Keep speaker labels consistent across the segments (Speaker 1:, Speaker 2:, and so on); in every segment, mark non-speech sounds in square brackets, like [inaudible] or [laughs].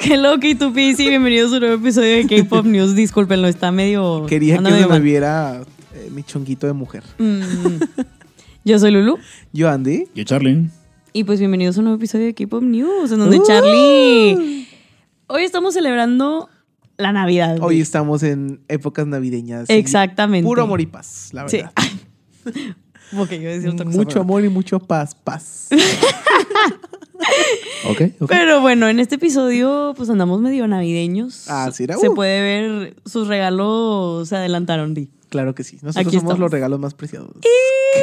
Speaker 1: Hello K2PC, bienvenidos a un nuevo episodio de K-Pop News. Discúlpenlo, está medio...
Speaker 2: Quería
Speaker 1: anda
Speaker 2: que se
Speaker 1: medio
Speaker 2: me
Speaker 1: mal.
Speaker 2: viera eh, mi chonguito de mujer.
Speaker 1: Mm. Yo soy Lulu
Speaker 2: Yo, Andy.
Speaker 3: Yo, Charlene.
Speaker 1: y pues bienvenidos a un nuevo episodio de K-Pop News en donde
Speaker 2: ¡Uh!
Speaker 1: Charlie... Hoy estamos celebrando la Navidad. güey.
Speaker 2: Hoy estamos en épocas navideñas. y
Speaker 1: Exactamente.
Speaker 2: Puro amor y paz, la
Speaker 1: Sí.
Speaker 2: verdad.
Speaker 1: [laughs] Ok, yo iba a decir otra cosa,
Speaker 2: mucho
Speaker 1: pero-
Speaker 2: amor y mucho paz,
Speaker 1: [laughs]
Speaker 2: paz.
Speaker 3: Ok, ok.
Speaker 1: Pero bueno, en este episodio pues andamos medio navideños.
Speaker 2: Ah, sí, era,
Speaker 1: Se
Speaker 2: uh.
Speaker 1: puede ver, sus regalos se adelantaron, Di.
Speaker 2: Claro que sí. Nosotros
Speaker 1: Aquí
Speaker 2: somos
Speaker 1: estamos.
Speaker 2: los regalos más preciados.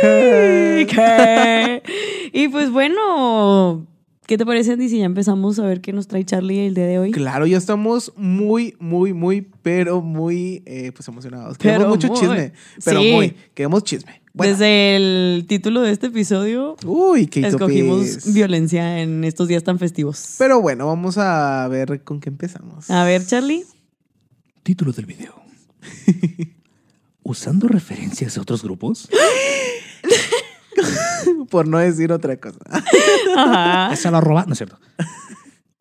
Speaker 1: ¿Qué? [laughs] y pues bueno, ¿qué te parece, Andy? Si ya empezamos a ver qué nos trae Charlie el día de hoy.
Speaker 2: Claro, ya estamos muy, muy, muy, pero muy eh, pues emocionados.
Speaker 1: Pero
Speaker 2: Queremos mucho
Speaker 1: muy.
Speaker 2: chisme. Pero
Speaker 1: Sí.
Speaker 2: muy. Queremos chisme. Bueno.
Speaker 1: Desde el título de este episodio,
Speaker 2: Uy, qué
Speaker 1: escogimos
Speaker 2: topes.
Speaker 1: violencia en estos días tan festivos.
Speaker 2: Pero bueno, vamos a ver con qué empezamos.
Speaker 1: a ver, Charlie.
Speaker 3: Título del video. ¿Usando referencias a otros grupos?
Speaker 2: [laughs] Por no decir otra cosa.
Speaker 1: Ajá.
Speaker 3: Esa la roba. No es cierto.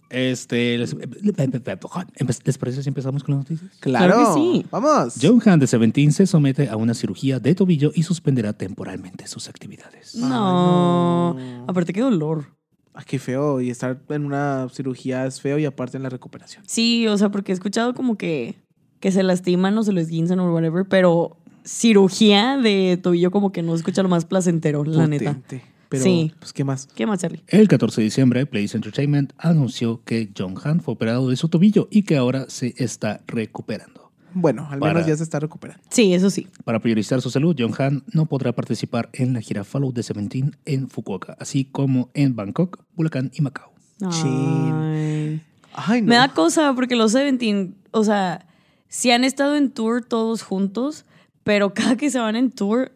Speaker 3: Este. Les, ¿les parece si empezamos con las noticias?
Speaker 2: Claro.
Speaker 1: que sí.
Speaker 2: Vamos.
Speaker 3: Jonghan de Seventeen se somete a una cirugía de tobillo y suspenderá temporalmente sus actividades.
Speaker 1: No.
Speaker 2: Ay, no.
Speaker 1: Aparte, qué dolor.
Speaker 2: Ah, qué feo. Y estar en una cirugía es feo y aparte en la recuperación.
Speaker 1: Sí, o sea, porque he escuchado como que, que se lastiman o se les guinzan o whatever, pero cirugía de tobillo como que no escucha lo más placentero, la neta.
Speaker 2: Potente. Pero,
Speaker 1: Sí.
Speaker 2: pues, ¿qué más?
Speaker 1: ¿Qué más, Charlie?
Speaker 3: El 14 de diciembre, Place Entertainment anunció que Jonghan fue operado de su tobillo y que ahora se está recuperando.
Speaker 2: Bueno, al
Speaker 3: Para-
Speaker 2: menos ya se está recuperando.
Speaker 1: Sí, eso sí.
Speaker 3: Para priorizar su salud, John Han no podrá participar en la gira Follow de Seventeen en Fukuoka, así como en Bangkok, Bulacan y Macao.
Speaker 2: Chin.
Speaker 1: Ay.
Speaker 2: Ay, no.
Speaker 1: Me da cosa porque los Seventeen, o sea, si han estado en tour todos juntos, pero [laughs] cada que se van en tour,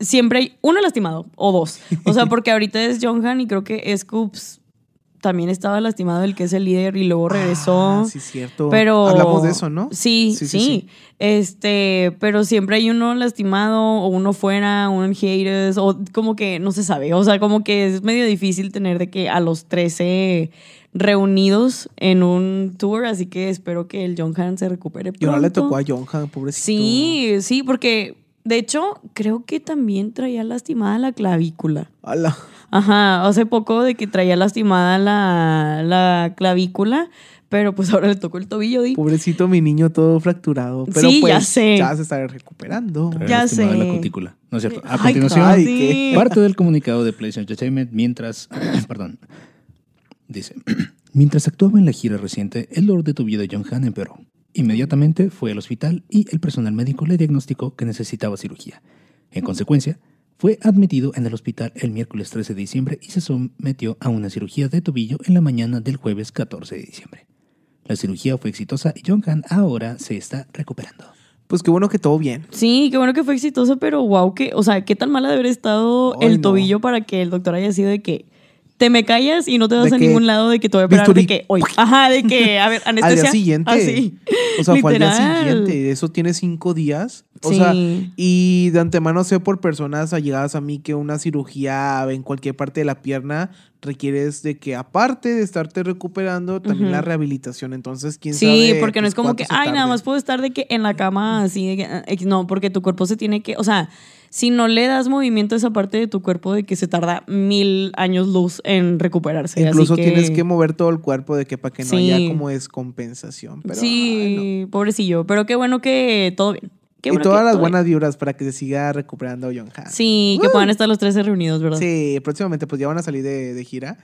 Speaker 1: siempre hay uno lastimado o dos. O sea, porque ahorita es Jonghan y creo que Scoops también estaba lastimado, el que es el líder, y luego regresó.
Speaker 2: Ah, sí, cierto.
Speaker 1: Pero.
Speaker 2: Hablamos de eso, ¿no?
Speaker 1: Sí, sí, Este, pero siempre hay uno lastimado, o uno fuera, uno en haters, o como que no se sabe. O sea, como que es medio difícil tener de que a los 13 reunidos en un tour. Así que espero que el John Han se recupere
Speaker 2: Y ahora le
Speaker 1: pronto.
Speaker 2: tocó a Jonghan, pobrecito.
Speaker 1: Sí, sí, porque de hecho, creo que también traía lastimada la clavícula.
Speaker 2: Ala.
Speaker 1: Ajá, hace poco de que traía lastimada la, la clavícula, pero pues ahora le tocó el tobillo, Di.
Speaker 2: Pobrecito mi niño todo fracturado. Pero
Speaker 1: Sí,
Speaker 2: pues,
Speaker 1: ya sé.
Speaker 2: Ya se está recuperando.
Speaker 1: Ya
Speaker 3: Lastimada
Speaker 1: sé.
Speaker 3: La cutícula. No es cierto. A
Speaker 1: Ay,
Speaker 3: continuación,
Speaker 2: Ay,
Speaker 1: Casi.
Speaker 3: parte del comunicado de Place Entertainment mientras. [clears throat] perdón. Dice: [clears throat] Mientras actuaba en la gira reciente, el dolor de tobillo de John Han empeoró. Inmediatamente fue al hospital y el personal médico le diagnosticó que necesitaba cirugía. En consecuencia, fue admitido en el hospital el miércoles 13 de diciembre y se sometió a una cirugía de tobillo en la mañana del jueves 14 de diciembre. La cirugía fue exitosa y John Han ahora se está recuperando.
Speaker 2: Pues qué bueno que todo bien.
Speaker 1: Sí, qué bueno que fue exitoso, pero wow, que, o sea, qué tan mala de haber estado
Speaker 2: Ay,
Speaker 1: el
Speaker 2: no.
Speaker 1: tobillo para que el doctor haya sido de que te me callas y no te vas
Speaker 2: De
Speaker 1: a
Speaker 2: que
Speaker 1: ningún lado, de que te voy a operar,
Speaker 2: bisturí.
Speaker 1: de que hoy. Ajá, de que, a ver,
Speaker 2: [laughs] Al
Speaker 1: anestesia.
Speaker 2: día siguiente.
Speaker 1: Así.
Speaker 2: O sea, fue al día
Speaker 1: Literal.
Speaker 2: siguiente. Eso tiene cinco días. O
Speaker 1: Sí.
Speaker 2: sea, y de antemano sé por personas allegadas a mí que una cirugía en cualquier parte de la pierna requieres de que aparte de estarte recuperando, también
Speaker 1: Ujú.
Speaker 2: la rehabilitación. Entonces, quién sabe.
Speaker 1: Sí, porque no
Speaker 2: pues,
Speaker 1: es como
Speaker 2: cuánto
Speaker 1: que,
Speaker 2: se
Speaker 1: ay, nada
Speaker 2: tarde.
Speaker 1: más puedo estar de que en la cama así, de que, ah, eh, no, porque tu cuerpo se tiene que, o sea, si no le das movimiento a esa parte de tu cuerpo de que se tarda mil años luz en recuperarse. así
Speaker 2: Incluso tienes que mover todo el cuerpo de que para que no
Speaker 1: Sí.
Speaker 2: haya como descompensación. Pero, ay, no.
Speaker 1: sí, pobrecillo, pero qué bueno que todo bien. Qué
Speaker 2: Y
Speaker 1: bueno
Speaker 2: todas
Speaker 1: que
Speaker 2: las
Speaker 1: todo bien.
Speaker 2: buenas vibras para que se siga recuperando John Han.
Speaker 1: Sí, que puedan estar los 13 reunidos, ¿verdad? Sí.
Speaker 2: Sí, próximamente pues ya van a salir de, de gira.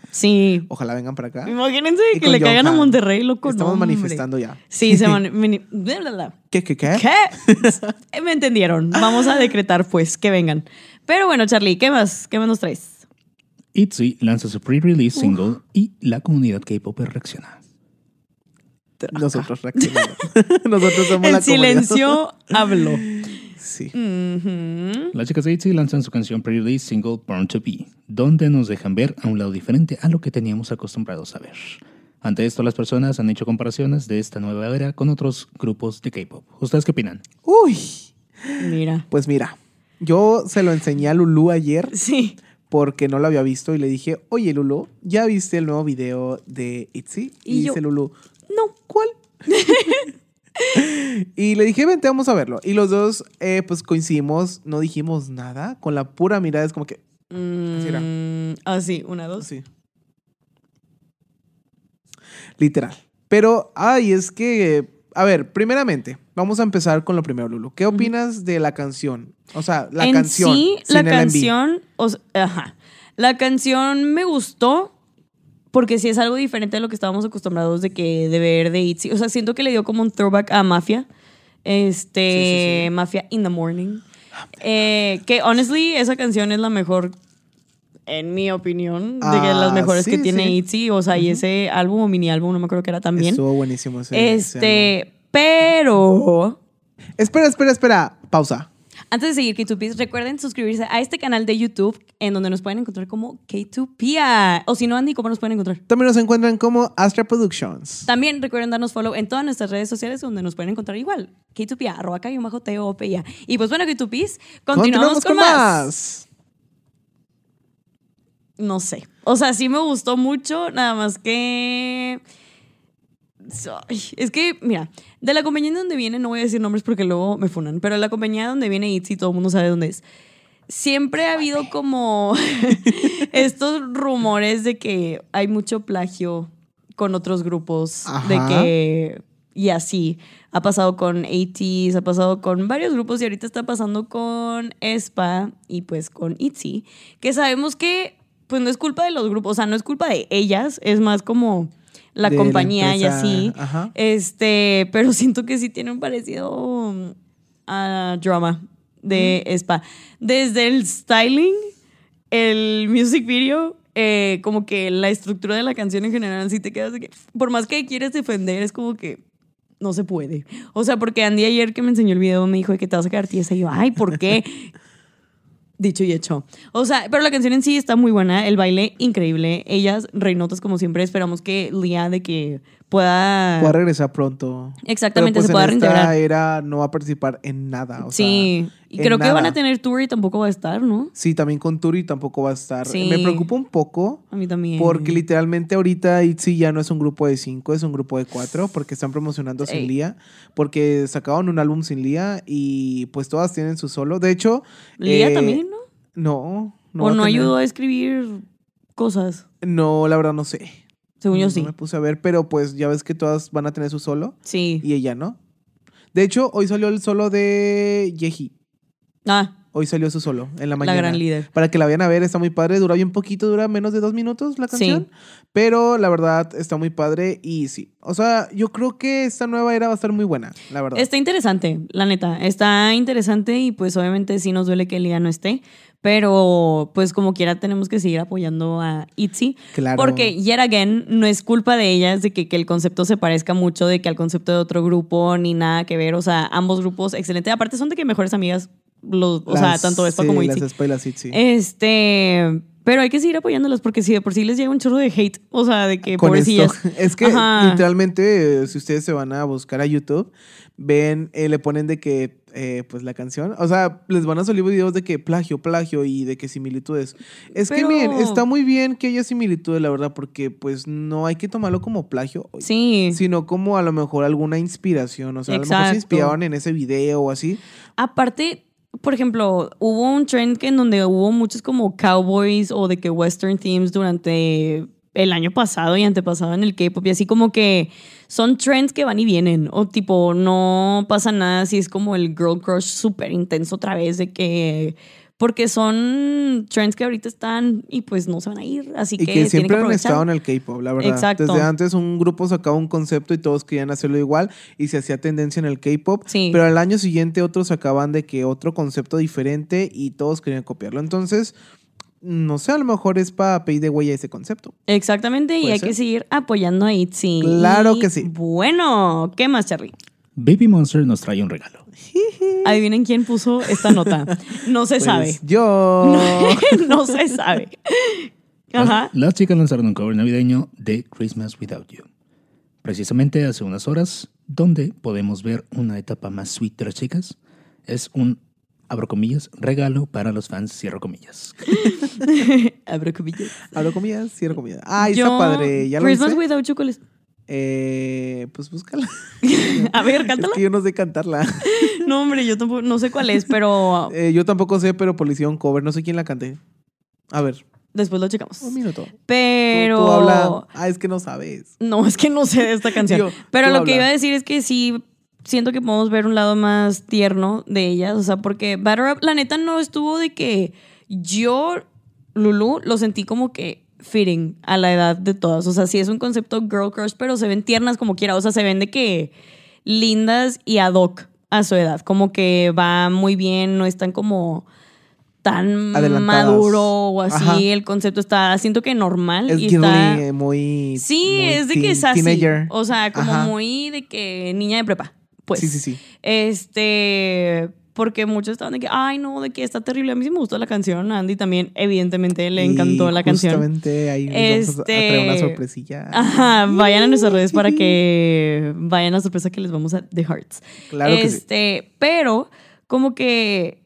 Speaker 2: Ojalá vengan para acá.
Speaker 1: Imagínense
Speaker 2: Y
Speaker 1: que
Speaker 2: con
Speaker 1: le caigan a
Speaker 2: Johan.
Speaker 1: Monterrey, loco.
Speaker 2: Estamos
Speaker 1: no, hombre.
Speaker 2: manifestando ¿Eh? ya.
Speaker 1: Sí,
Speaker 2: [laughs]
Speaker 1: se van. mini- bla, bla, bla.
Speaker 2: ¿Qué, qué, qué?
Speaker 1: ¿Qué? [laughs] Me entendieron. Vamos a decretar, pues, que vengan. Pero bueno, Charlie, ¿qué más? ¿Qué más nos traes?
Speaker 3: ITZY lanza su pre-release single y la comunidad K-pop reacciona.
Speaker 2: Nosotros reaccionamos. [laughs] Nosotros somos la
Speaker 1: El
Speaker 2: comunidad. [laughs]
Speaker 1: silencio habló.
Speaker 2: Sí.
Speaker 1: Ujú.
Speaker 3: Las chicas de ITZY lanzan su canción pre-release single Born to Be, donde nos dejan ver a un lado diferente a lo que teníamos acostumbrados a ver. Ante esto, las personas han hecho comparaciones de esta nueva era con otros grupos de K-pop. ¿Ustedes qué opinan?
Speaker 2: Uy,
Speaker 1: Mira.
Speaker 2: pues mira, yo se lo enseñé a Lulu ayer
Speaker 1: Sí.
Speaker 2: porque no lo había visto y le dije, oye Lulu, ¿ya viste el nuevo video de Itzy?
Speaker 1: Y
Speaker 2: Y,
Speaker 1: yo-
Speaker 2: dice Lulu,
Speaker 1: No. [laughs]
Speaker 2: ¿Cuál? y le dije, vente, vamos a verlo. Y los dos, eh, pues coincidimos, no dijimos nada. Con la pura mirada es como que,
Speaker 1: Mm,
Speaker 2: era.
Speaker 1: ah, sí, una, dos.
Speaker 2: sí. Literal. Pero, ay, es que, a ver, primeramente, vamos a empezar con lo primero, Lulu. ¿Qué opinas de la canción? O sea, la
Speaker 1: en
Speaker 2: canción.
Speaker 1: sí,
Speaker 2: sin
Speaker 1: la
Speaker 2: el MV.
Speaker 1: canción, o sea, ajá. La canción me gustó porque sí es algo diferente de lo que estábamos acostumbrados de que de ver de Itzy. O sea, siento que le dio como un throwback a Mafia. Este,
Speaker 2: Sí, sí, sí.
Speaker 1: Mafia in the Morning. Eh, que honestly, esa canción es la mejor, en mi opinión, de que
Speaker 2: Ah,
Speaker 1: las mejores
Speaker 2: sí,
Speaker 1: que tiene
Speaker 2: sí.
Speaker 1: Itzy. O sea, y ese álbum o mini álbum, no me acuerdo que era también.
Speaker 2: Estuvo buenísimo ese- ese
Speaker 1: este, pero.
Speaker 2: álbum. Espera, espera, espera. Pausa.
Speaker 1: Antes de seguir K2P, recuerden suscribirse a este canal de YouTube en donde nos pueden encontrar como K2P. O si no, Andy, ¿cómo nos pueden encontrar?
Speaker 2: También nos encuentran como Astra Productions.
Speaker 1: También recuerden darnos follow en todas nuestras redes sociales donde nos pueden encontrar igual. K2P, arroba K y un bajo T O P I A. Y pues bueno, K2P, continuamos, con, más. No sé. O sea, sí me gustó mucho, nada más que... So- ay, Es que, mira, de la compañía en donde viene, no voy a decir nombres porque luego me funan, pero la compañía de donde viene ITZY, todo el mundo sabe dónde es. Siempre ha habido como [laughs] estos rumores de que hay mucho plagio con otros grupos, de
Speaker 2: Ajá.
Speaker 1: que... Y así, ha pasado con ATs, ha pasado con varios grupos y ahorita está pasando con SPA y pues con ITZY, que sabemos que pues no es culpa de los grupos, o sea, no es culpa de ellas, es más como la
Speaker 2: De la
Speaker 1: compañía y
Speaker 2: empresa,
Speaker 1: así.
Speaker 2: ajá.
Speaker 1: Este, pero siento que sí tiene un parecido mm, a drama de Spa. Desde el styling, el music video, eh, como que la estructura de la canción en general, sí te quedas de que, por más que quieres defender, es como que no se puede. O sea, porque Andy ayer que me enseñó el video me dijo de que te vas a quedar tiesa y yo, ay, ¿por qué? [laughs] Dicho y hecho. O sea, pero la canción en sí está muy buena, el baile increíble, ellas reinotas como siempre, esperamos que Lía de que pueda...
Speaker 2: Pueda regresar pronto.
Speaker 1: Ah. Exactamente,
Speaker 2: Pero, pues,
Speaker 1: se pueda
Speaker 2: en esta
Speaker 1: reintegrar.
Speaker 2: era no va a participar en nada. o sea,
Speaker 1: sí, y
Speaker 2: en
Speaker 1: creo que van
Speaker 2: nada.
Speaker 1: a tener tour y tampoco va a estar, ¿no?
Speaker 2: Sí, también con Turi tampoco va a estar.
Speaker 1: Sí.
Speaker 2: Me preocupa un poco
Speaker 1: A mí también.
Speaker 2: porque literalmente ahorita ITZY ya no es un grupo de cinco, es un grupo de cuatro porque están promocionando
Speaker 1: Ey.
Speaker 2: sin Lía, porque sacaron un álbum sin Lía y pues todas tienen su solo. De hecho,
Speaker 1: Lía
Speaker 2: eh,
Speaker 1: también, ¿no?
Speaker 2: No,
Speaker 1: o
Speaker 2: va a
Speaker 1: no
Speaker 2: tener-
Speaker 1: ayudó a escribir cosas,
Speaker 2: No, la verdad no sé.
Speaker 1: según yo
Speaker 2: No
Speaker 1: sí.
Speaker 2: me puse a ver, pero pues ya ves que todas van a tener su solo
Speaker 1: Sí.
Speaker 2: y ella no. De hecho, hoy salió el solo de Yeji.
Speaker 1: Ah,
Speaker 2: Hoy salió su solo en la mañana.
Speaker 1: la gran líder.
Speaker 2: Para que la vayan a ver, está muy padre. Dura bien poquito, dura menos de dos minutos la
Speaker 1: Sí.
Speaker 2: canción. Pero la verdad está muy padre y sí. O sea, yo creo que esta nueva era va a estar muy buena, la verdad.
Speaker 1: Está interesante, la neta. Está interesante y pues obviamente sí nos duele que Lía no esté, pero pues como quiera tenemos que seguir apoyando a Itzy.
Speaker 2: Claro.
Speaker 1: Porque yet again no es culpa de ellas de que, que el concepto se parezca mucho de que al concepto de otro grupo ni nada que ver. O sea, ambos grupos excelente. Aparte son de que mejores amigas, los, o sea,
Speaker 2: Las-
Speaker 1: tanto Espa
Speaker 2: sí,
Speaker 1: como E
Speaker 2: Las
Speaker 1: Itzy.
Speaker 2: Espa y las E Itzy.
Speaker 1: Este, pero hay que seguir apoyándolas porque si de por sí les llega un chorro de hate, o sea, de que
Speaker 2: con
Speaker 1: pobrecillas.
Speaker 2: esto. [laughs] Es que
Speaker 1: Ajá.
Speaker 2: literalmente, eh, si ustedes se van a buscar a YouTube, ven, eh, le ponen de que, eh, pues la canción, o sea, les van a salir videos de que plagio, plagio y de que similitudes. Es
Speaker 1: Pero-
Speaker 2: que miren, está muy bien que haya similitudes, la verdad, porque pues no hay que tomarlo como plagio.
Speaker 1: Sí.
Speaker 2: Sino como a lo mejor alguna inspiración, o sea, a lo mejor
Speaker 1: Exacto.
Speaker 2: se inspiraron en ese video o así.
Speaker 1: Aparte, por ejemplo, hubo un trend que en donde hubo muchos como cowboys o de que western themes durante el año pasado y antepasado en el K-pop y así como que son trends que van y vienen o tipo no pasa nada si es como el girl crush súper intenso otra vez de que porque son trends que ahorita están y pues no se van a ir así
Speaker 2: Y
Speaker 1: que,
Speaker 2: que,
Speaker 1: tienen
Speaker 2: siempre
Speaker 1: que
Speaker 2: han
Speaker 1: aprovechar.
Speaker 2: estado en el K-pop, la verdad.
Speaker 1: Exacto.
Speaker 2: Desde antes un grupo sacaba un concepto y todos querían hacerlo igual y se hacía tendencia en el K-pop.
Speaker 1: Sí.
Speaker 2: Pero al año siguiente otros sacaban de que otro concepto diferente y todos querían copiarlo. Entonces, no sé, a lo mejor es para pedir de huella ese concepto.
Speaker 1: Exactamente, y
Speaker 2: Puede
Speaker 1: hay
Speaker 2: ser.
Speaker 1: que seguir apoyando a ITZY.
Speaker 2: Claro
Speaker 1: Y,
Speaker 2: que sí.
Speaker 1: Bueno, ¿qué más, Charlie?
Speaker 3: Baby Monster nos trae un regalo.
Speaker 1: Adivinen quién puso esta nota. No se
Speaker 2: Pues,
Speaker 1: sabe.
Speaker 2: Yo.
Speaker 1: [laughs] no se sabe. Ajá.
Speaker 3: Las chicas lanzaron un cover navideño de Christmas Without You. Precisamente hace unas horas, donde podemos ver una etapa más sweet de las chicas. Es un, abro comillas, regalo para los fans, cierro comillas.
Speaker 1: Abro comillas.
Speaker 2: Abro comillas, cierro comillas. Ay,
Speaker 1: Yo-
Speaker 2: está padre. Ya lo
Speaker 1: Christmas
Speaker 2: hice?
Speaker 1: Without Chocolate.
Speaker 2: Eh, pues búscala.
Speaker 1: A ver,
Speaker 2: [laughs] Es
Speaker 1: cántala.
Speaker 2: que yo no sé cantarla.
Speaker 1: No, hombre, yo tampoco, no sé cuál es, pero
Speaker 2: [laughs] Eh, yo tampoco sé, pero policía un cover. No sé quién la canté. A ver,
Speaker 1: después lo checamos.
Speaker 2: un minuto. Tú-
Speaker 1: Pero.
Speaker 2: Tú, habla. Ah, es que no sabes.
Speaker 1: [laughs] No, es que no sé de esta canción.
Speaker 2: Yo,
Speaker 1: Pero
Speaker 2: tú
Speaker 1: lo que
Speaker 2: habla.
Speaker 1: iba a decir es que sí, siento que podemos ver un lado más tierno de ellas. O sea, porque Batter Up, la neta, no estuvo de que yo, Lulu, lo sentí como que fitting a la edad de todas. O sea, sí es un concepto girl crush, pero se ven tiernas como quiera. O sea, se ven de que lindas y ad hoc a su edad. Como que va muy bien, no están como tan
Speaker 2: Adelantadas.
Speaker 1: maduro o así.
Speaker 2: Ajá.
Speaker 1: El concepto está, siento que normal.
Speaker 2: Es
Speaker 1: y está,
Speaker 2: girly, eh, muy.
Speaker 1: Sí,
Speaker 2: muy
Speaker 1: es de que
Speaker 2: teen-
Speaker 1: es así.
Speaker 2: Teenager.
Speaker 1: O sea, como
Speaker 2: Ajá.
Speaker 1: muy de que niña de prepa. Pues.
Speaker 2: Sí, sí, sí.
Speaker 1: Este. Porque muchos estaban de que, ay, no, de que está terrible. A mí sí me gustó la canción. A Andy también, evidentemente, le encantó
Speaker 2: Y
Speaker 1: la canción.
Speaker 2: Justamente ahí les vamos a- a traer una
Speaker 1: Este-
Speaker 2: sorpresilla.
Speaker 1: Ajá, vayan a nuestras redes para
Speaker 2: [laughs]
Speaker 1: que vayan a la sorpresa que les vamos a The Hearts.
Speaker 2: Claro que sí.
Speaker 1: este, Pero, como que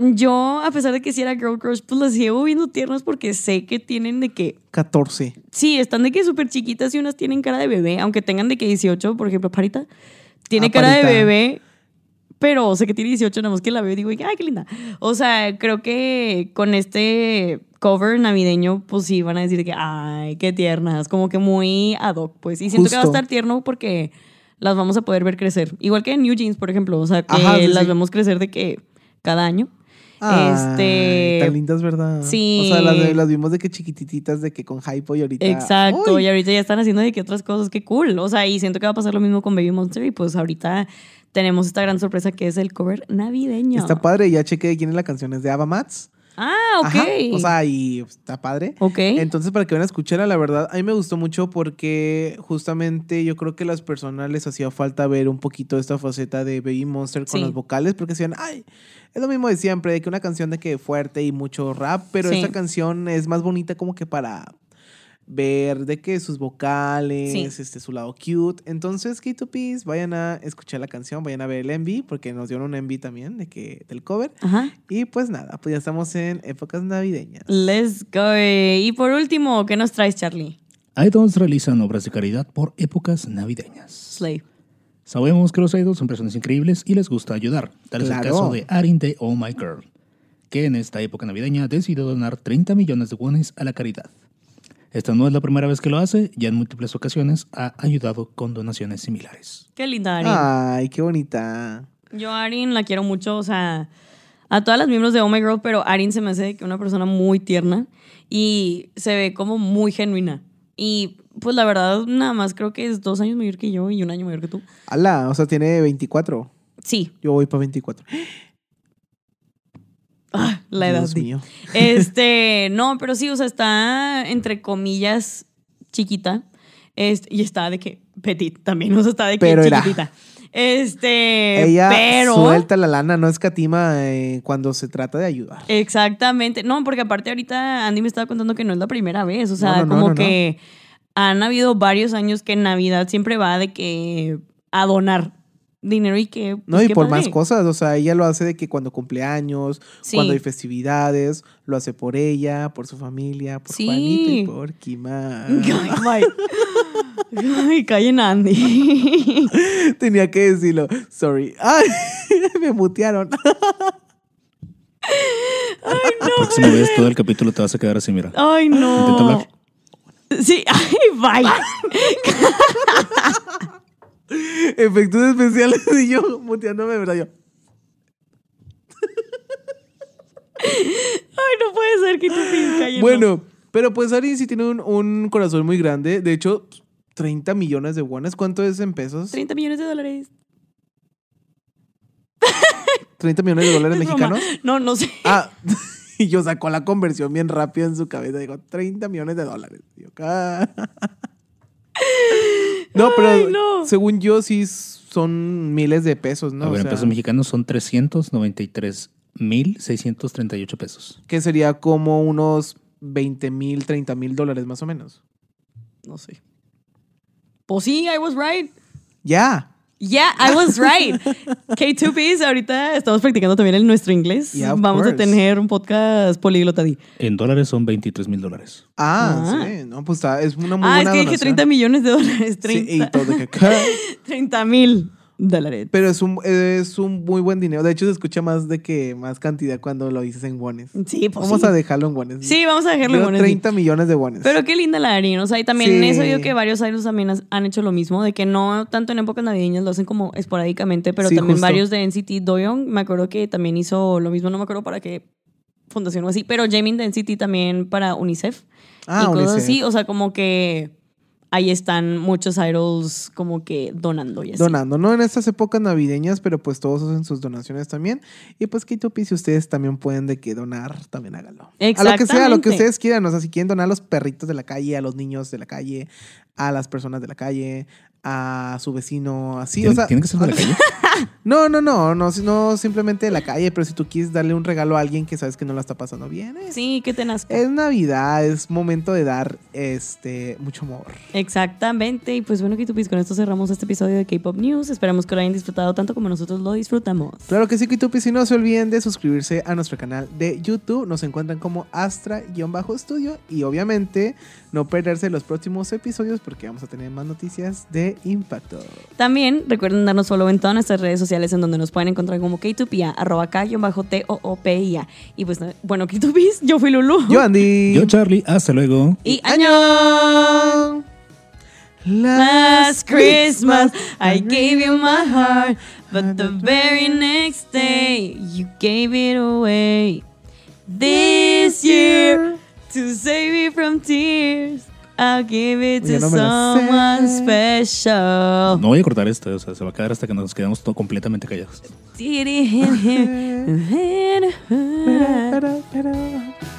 Speaker 1: yo, a pesar de que sí era Girl Crush, pues las llevo viendo tiernas porque sé que tienen de que
Speaker 2: 14.
Speaker 1: Sí, están de que súper chiquitas y unas tienen cara de bebé, aunque tengan de que 18, por ejemplo, Parita tiene
Speaker 2: Ah,
Speaker 1: cara
Speaker 2: Parita.
Speaker 1: de bebé, pero sé que tiene 18, nada más que la veo y digo, ay, qué linda. O sea, creo que con este cover navideño, pues sí, van a decir de que, ay, qué tiernas, como que muy ad hoc, pues. Y siento que va a
Speaker 2: Justo.
Speaker 1: estar tierno porque las vamos a poder ver crecer. Igual que en New Jeans, por ejemplo, o sea, que
Speaker 2: Ajá, sí,
Speaker 1: las
Speaker 2: sí.
Speaker 1: vemos crecer de que cada año.
Speaker 2: Ay,
Speaker 1: Este-
Speaker 2: Tan lindas, ¿verdad?
Speaker 1: Sí.
Speaker 2: O sea, las, de- las vimos de que chiquitititas, de que con hypo y ahorita.
Speaker 1: Exacto,
Speaker 2: ¡Uy!
Speaker 1: y ahorita ya están haciendo de que otras cosas, qué cool. O sea, y siento que va a pasar lo mismo con Baby Monster y pues ahorita tenemos esta gran sorpresa que es el cover navideño.
Speaker 2: Está padre, ya chequé quién es la canción, es de Ava Mats.
Speaker 1: ah, [laughs] ok.
Speaker 2: Ajá, o sea, y está padre.
Speaker 1: ok.
Speaker 2: Entonces, para que vayan a escucharla, la verdad, a mí me gustó mucho porque justamente yo creo que a las personas les hacía falta ver un poquito esta faceta de Baby Monster
Speaker 1: Sí.
Speaker 2: con las vocales, porque decían, ay, es lo mismo de siempre, de que una canción de que fuerte y mucho rap, pero
Speaker 1: Sí.
Speaker 2: esta canción es más bonita como que para ver de que sus vocales,
Speaker 1: Sí.
Speaker 2: este, su lado cute. Entonces, K2Ps, vayan a escuchar la canción, vayan a ver el MV, porque nos dieron un MV también de que, del cover.
Speaker 1: Ajá.
Speaker 2: Y pues nada, pues ya estamos en épocas navideñas.
Speaker 1: Let's go. Y por último, ¿qué nos traes, Charlie?
Speaker 3: Idols realizan obras de caridad por épocas navideñas.
Speaker 1: Slay.
Speaker 3: Sabemos que los idols son personas increíbles y les gusta ayudar. Tal es el
Speaker 2: Claro.
Speaker 3: caso de Arin de Oh My Girl, que en esta época navideña decidió donar 30 millones de wones a la caridad. Esta no es la primera vez que lo hace, ya en múltiples ocasiones ha ayudado con donaciones similares.
Speaker 1: Qué linda, Arin.
Speaker 2: Ay, qué bonita.
Speaker 1: Yo a Arin la quiero mucho, o sea, a todas las miembros de Oh My Girl, pero Arin se me hace que una persona muy tierna y se ve como muy genuina. Y pues la verdad, nada más creo que es dos años mayor que yo y un año mayor que tú.
Speaker 2: Ala, o sea, tiene 24.
Speaker 1: Sí,
Speaker 2: Yo voy para 24.
Speaker 1: la edad.
Speaker 2: Dios
Speaker 1: di.
Speaker 2: mío.
Speaker 1: [laughs] Este, no, pero sí, o sea, está entre comillas chiquita. Este, y está de que petit también, [laughs] o sea, está de que
Speaker 2: Pero era.
Speaker 1: chiquitita. Este,
Speaker 2: Ella
Speaker 1: pero
Speaker 2: suelta la lana, no escatima eh, cuando se trata de ayudar.
Speaker 1: Exactamente. No, porque aparte ahorita Andy me estaba contando que no es la primera vez. O sea,
Speaker 2: No, no, no,
Speaker 1: como
Speaker 2: no, no.
Speaker 1: que han habido varios años que en Navidad siempre va de que a donar dinero y que. pues,
Speaker 2: No, y
Speaker 1: qué
Speaker 2: por
Speaker 1: padre.
Speaker 2: más cosas, o sea, ella lo hace de que cuando cumple años,
Speaker 1: Sí.
Speaker 2: cuando hay festividades, lo hace por ella, por su familia, por
Speaker 1: Sí.
Speaker 2: Juanito y por Kimán.
Speaker 1: [laughs]
Speaker 2: [laughs]
Speaker 1: Ay, bye. [laughs] Ay, callen a Andy.
Speaker 2: Tenía que decirlo, sorry. [laughs] Ay, me mutearon. [laughs]
Speaker 3: La próxima vez todo el capítulo te vas a quedar así, mira.
Speaker 1: Ay, no.
Speaker 3: Intenta hablar.
Speaker 1: Sí, [laughs] ay, bye.
Speaker 2: Efectos especiales y yo muteándome, ¿verdad? Yo,
Speaker 1: Ay, no puede ser que tú te callen.
Speaker 2: Bueno, pero pues Ari sí tiene un, un corazón muy grande. De hecho, 30 millones de wones. ¿Cuánto es en pesos?
Speaker 1: 30 millones de dólares.
Speaker 2: 30 millones de
Speaker 1: [laughs]
Speaker 2: dólares
Speaker 1: Es broma.
Speaker 2: mexicanos.
Speaker 1: No, no sé.
Speaker 2: Ah, [laughs] y yo sacó la conversión bien rápido en su cabeza. Digo, 30 millones de dólares. Y yo,
Speaker 1: [laughs]
Speaker 2: "Ah". No, pero
Speaker 1: Ay, no.
Speaker 2: según yo sí son miles de pesos, ¿no?
Speaker 3: a
Speaker 2: O
Speaker 3: ver, en
Speaker 2: sea,
Speaker 3: pesos mexicanos son 393.638 pesos.
Speaker 2: que sería como unos 20 mil, 30 mil dólares más o menos.
Speaker 1: No sé. Pues sí, I was right.
Speaker 2: Ya.
Speaker 1: Yeah, I was
Speaker 2: [laughs]
Speaker 1: right. K2Ps, ahorita estamos practicando también el nuestro inglés.
Speaker 2: Yeah, of
Speaker 1: Vamos a
Speaker 2: course.
Speaker 1: tener un podcast poliglota di.
Speaker 3: En dólares son 23 mil dólares.
Speaker 2: Ah,
Speaker 1: Ah.
Speaker 2: sí. No, pues está, es una muy
Speaker 1: Ah, es
Speaker 2: buena
Speaker 1: que dije
Speaker 2: donación.
Speaker 1: 30 millones de dólares.
Speaker 2: Sí,
Speaker 1: 30 [laughs]
Speaker 2: y todo de que, ¿qué?
Speaker 1: 30 mil dólares.
Speaker 2: Pero es un, es un muy buen dinero. De hecho, se escucha más de que más cantidad cuando lo dices en wones.
Speaker 1: Sí, pues
Speaker 2: Vamos
Speaker 1: sí.
Speaker 2: a dejarlo en wones.
Speaker 1: Sí, vamos a dejarlo en
Speaker 2: Creo
Speaker 1: buenos
Speaker 2: 30 millones de wones.
Speaker 1: Pero qué linda la Ari, ¿no? O sea, y también
Speaker 2: Sí.
Speaker 1: eso yo que varios idols también has- han hecho lo mismo, de que no tanto en épocas navideñas lo hacen como esporádicamente, pero
Speaker 2: Sí,
Speaker 1: también
Speaker 2: justo.
Speaker 1: varios de NCT Doyon, me acuerdo que también hizo lo mismo, no me acuerdo para qué fundación o así, pero Jamin de NCT también para UNICEF
Speaker 2: ah,
Speaker 1: y cosas
Speaker 2: UNICEF.
Speaker 1: así, o sea, como que ahí están muchos idols como que donando y así.
Speaker 2: Donando, no en estas épocas navideñas, pero pues todos hacen sus donaciones también. Y pues K-Topi, si ustedes también pueden de que donar, también háganlo. A lo que sea, a lo que
Speaker 1: Exactamente.
Speaker 2: ustedes quieran. O sea, si quieren donar a los perritos de la calle, a los niños de la calle, a las personas de la calle, a su vecino, así.
Speaker 3: ¿Tienen,
Speaker 2: o sea,
Speaker 3: tienen que ser de [laughs] la calle?
Speaker 2: No, no, no, no, si- no simplemente de la calle, pero si tú quieres darle un regalo a alguien que sabes que no la está pasando bien, es,
Speaker 1: Sí, qué tenaz.
Speaker 2: es Navidad, es momento de dar este mucho amor.
Speaker 1: Exactamente. Y pues bueno, Kitupis, con esto cerramos este episodio de K-Pop News. Esperamos que lo hayan disfrutado tanto como nosotros lo disfrutamos.
Speaker 2: Claro que sí, Kitupi, si no se olviden de suscribirse a nuestro canal de YouTube, nos encuentran como Astra-Studio y obviamente no perderse los próximos episodios porque vamos a tener más noticias de impacto.
Speaker 1: También recuerden darnos follow en todas nuestras redes sociales en donde nos pueden encontrar como K2Pia, arroba K-T-O-O-P-I-A. Y pues no- bueno, K2Pis, yo fui Lulu.
Speaker 2: Yo, Andy.
Speaker 3: Yo, Charlie, hasta luego.
Speaker 1: y año. Last Christmas, I gave you my heart, but the very next day, you gave it away. This
Speaker 2: [laughs]
Speaker 1: year, to save me from tears, I'll give it
Speaker 2: Oye,
Speaker 1: to
Speaker 2: no me la sé.
Speaker 1: someone special.
Speaker 3: No voy a cortar esto, o sea, se va a quedar hasta que nos quedemos todo completamente callados.
Speaker 2: [laughs]
Speaker 1: Did it hit him?
Speaker 2: Espera, espera.